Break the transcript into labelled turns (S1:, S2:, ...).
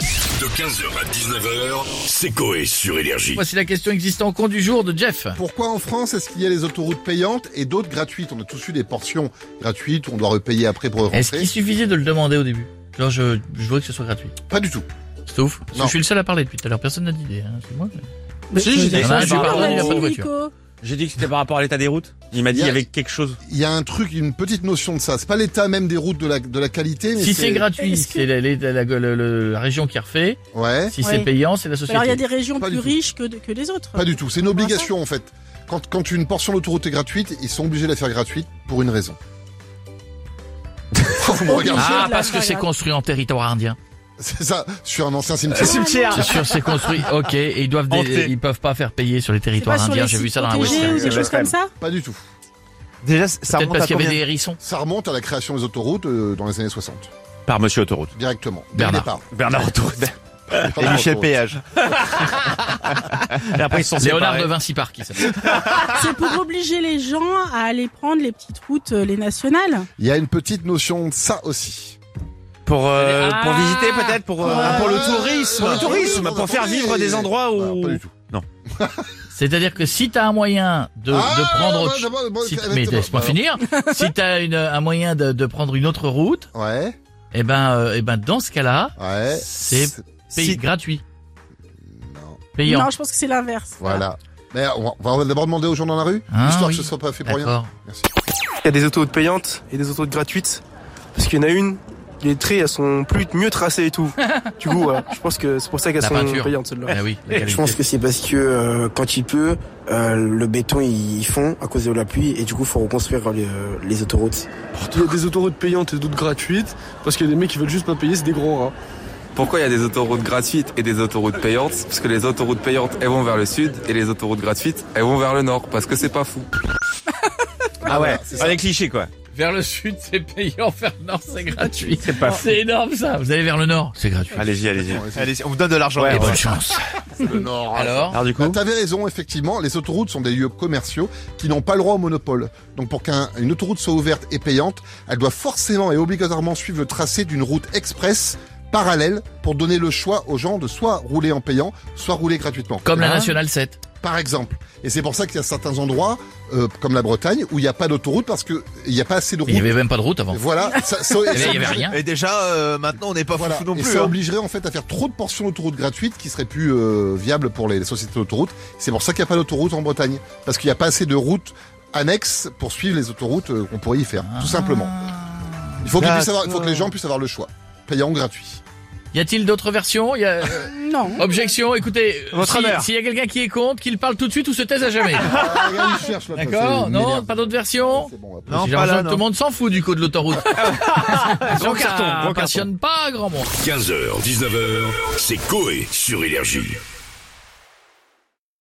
S1: De 15h à 19h, c'est Coé sur Énergie.
S2: Voici la question existant en compte du jour de Jeff.
S3: Pourquoi en France est-ce qu'il y a les autoroutes payantes et d'autres gratuites On a tous eu des portions gratuites, on doit repayer après pour
S2: Est-ce
S3: rentrer.
S2: qu'il suffisait de le demander au début Genre, je, je voudrais que ce soit gratuit.
S3: Pas du tout.
S2: C'est ouf. Parce que
S3: Non.
S2: Je suis le seul à parler depuis tout à l'heure. Personne n'a d'idée. hein. C'est moi. mais-
S4: Si, j'ai dit,
S2: Ah,
S4: ça,
S2: j'ai
S4: j'ai
S2: parlé,
S4: parlé.
S2: il y a pas de voiture.
S5: Nico.
S4: J'ai dit que c'était par rapport à l'état des routes. Il m'a dit il y avait quelque chose.
S3: Il y a un truc, une petite notion de ça. C'est pas l'état même des routes de la, de la qualité, mais
S2: Si c'est gratuit,
S5: Est-ce que-
S2: c'est la, la- la- la- la- la région qui refait.
S3: Ouais,
S2: Si
S5: Ouais.
S2: c'est payant, c'est la société.
S5: Alors il y a des régions
S3: Pas
S5: plus
S3: du tout.
S5: riches que, de- que les autres.
S3: pas du tout. C'est une obligation en fait. Quand, quand une portion d'autoroute est gratuite, ils sont obligés de la faire gratuite pour une raison. Vous me regardez.
S5: Ah,
S2: Ah,
S5: de la
S2: parce que c'est
S5: variable.
S2: construit en territoire indien.
S3: C'est ça, sur un ancien cimetière.
S2: C'est sûr, c'est construit. Ok, et ils doivent, des-
S4: Hanté.
S2: ils peuvent pas faire payer sur les
S5: C'est pas
S2: territoires
S5: sur
S2: indiens.
S5: les
S2: J'ai vu
S5: sites
S2: ça dans la
S5: protégés
S2: western.
S5: ou des choses comme ça
S3: Pas du tout.
S6: Déjà, ça
S2: Peut-être
S6: remonte
S2: parce
S6: à
S2: qu'il y avait
S6: combien
S2: des hérissons.
S3: Ça remonte à la création des autoroutes euh, dans les années 60,
S4: Par Monsieur Autoroute.
S3: directement. Dès
S2: Bernard.
S3: le
S4: Bernard Autoroute.
S3: départ.
S6: Et Michel Péage.
S4: Et après ils se sont
S2: Léonard de
S4: séparés.
S2: Vinci Park, il s'appelle.
S5: C'est pour obliger les gens à aller prendre les petites routes, euh, les nationales.
S3: Il y a une petite notion de ça aussi.
S4: Pour euh,
S2: Ah.
S4: pour visiter peut-être pour euh,
S3: Ah,
S4: pour le tourisme.
S3: Pour le tourisme,
S4: pour
S3: attendez.
S4: faire vivre des endroits où.
S6: Bah,
S3: Voilà, pas du tout.
S2: C'est-à-dire que si t'as un moyen de, de
S3: Ah,
S2: prendre
S3: bah,
S2: autre
S3: bah, bah, bah,
S2: Si-
S3: bah,
S2: mais
S3: bah,
S2: laisse-moi
S3: bah,
S2: finir. si t'as une, un moyen de, de prendre une autre route,
S3: Ouais,
S2: eh ben, euh, eh ben, dans ce cas-là,
S3: ouais.
S2: C'est- paye
S4: Si-
S2: gratuit,
S3: Non,
S2: payant.
S5: Non, je pense que c'est l'inverse.
S3: Voilà. Mais on va- on va d'abord demander aux gens dans la rue,
S2: Ah,
S3: histoire
S2: oui.
S3: que ce soit pas fait pour rien.
S2: D'accord.
S7: Il y a des autoroutes payantes et des autoroutes gratuites. Parce qu'il y en a une, les traits, elles sont plus, mieux tracées et tout. du coup, voilà, je pense que c'est pour ça qu'elles
S2: La
S7: sont
S2: peinture.
S7: payantes, celles-là.
S2: Ah oui. la
S8: Je pense
S2: qualité.
S8: que c'est parce que euh, quand il pleut, euh, le béton il fond à cause de la pluie et du coup faut reconstruire les, euh, les autoroutes.
S9: Il y a des autoroutes payantes et d'autres gratuites, parce qu'il y a des mecs qui veulent juste pas payer, c'est des gros rats.
S10: Pourquoi il y a des autoroutes gratuites et des autoroutes payantes Parce que les autoroutes payantes, elles vont vers le sud et les autoroutes gratuites, elles vont vers le nord parce que c'est pas fou.
S4: Ah ouais.
S3: c'est
S4: Ah, les clichés quoi.
S2: Vers le sud, c'est payant. Vers le nord, c'est gratuit.
S4: C'est pas fou.
S2: C'est énorme, ça. Vous allez vers le nord, c'est gratuit.
S4: Allez-y, allez-y.
S6: Allez, on vous donne de l'argent.
S4: Ouais,
S2: Et
S6: Et
S2: bonne chance.
S3: Le Nord.
S2: Alors,
S4: Alors du
S3: Bah,
S4: coup,
S3: T'avais raison, effectivement, les autoroutes sont des lieux commerciaux qui n'ont pas le droit au monopole. Donc pour qu'une autoroute soit ouverte et payante, elle doit forcément et obligatoirement suivre le tracé d'une route express parallèle pour donner le choix aux gens de soit rouler en payant, soit rouler gratuitement.
S2: comme la
S3: Hein
S2: nationale 7.
S3: par exemple. Et c'est pour ça qu'il y a certains endroits, euh, comme la Bretagne, où il n'y a pas d'autoroute parce qu'il n'y a pas assez de
S2: Il y
S3: routes.
S2: avait même pas de route avant.
S3: Voilà, ça, ça-
S2: Il y avait, il y avait rien.
S6: Et déjà, euh, maintenant, on n'est pas
S3: voilà.
S6: foufou non
S3: et
S6: plus.
S3: ça
S6: hein.
S3: obligerait en fait à faire trop de portions d'autoroutes gratuites qui seraient plus euh, viables pour les, les sociétés d'autoroutes. C'est pour ça qu'il n'y a pas d'autoroute en Bretagne, parce qu'il n'y a pas assez de routes annexes pour suivre les autoroutes euh, qu'on pourrait y faire, tout simplement.
S2: Ah.
S3: Il faut, qu'ils puissent avoir- il faut que les gens puissent avoir le choix, payant ou gratuit.
S2: Y a-t-il d'autres versions Il y a...
S5: Euh, Non.
S2: Objection, écoutez,
S4: Votre
S2: si- s'il
S4: honneur.
S2: y a quelqu'un qui est contre, qu'il parle tout de suite ou se taise à jamais.
S3: Ah, regarde, il cherche, là,
S2: D'accord
S3: ça
S2: Non,
S3: m'énerve.
S2: pas d'autres versions
S3: C'est bon, après.
S6: Non,
S2: J'ai
S6: pas
S2: l'impression
S6: là,
S2: que tout le
S6: non.
S2: monde s'en fout du coup de l'autoroute.
S4: Gros
S2: Donc, ça
S4: carton, gros carton.
S2: passionne pas grand monde.
S1: 15h, 19h, c'est Coé sur Énergie.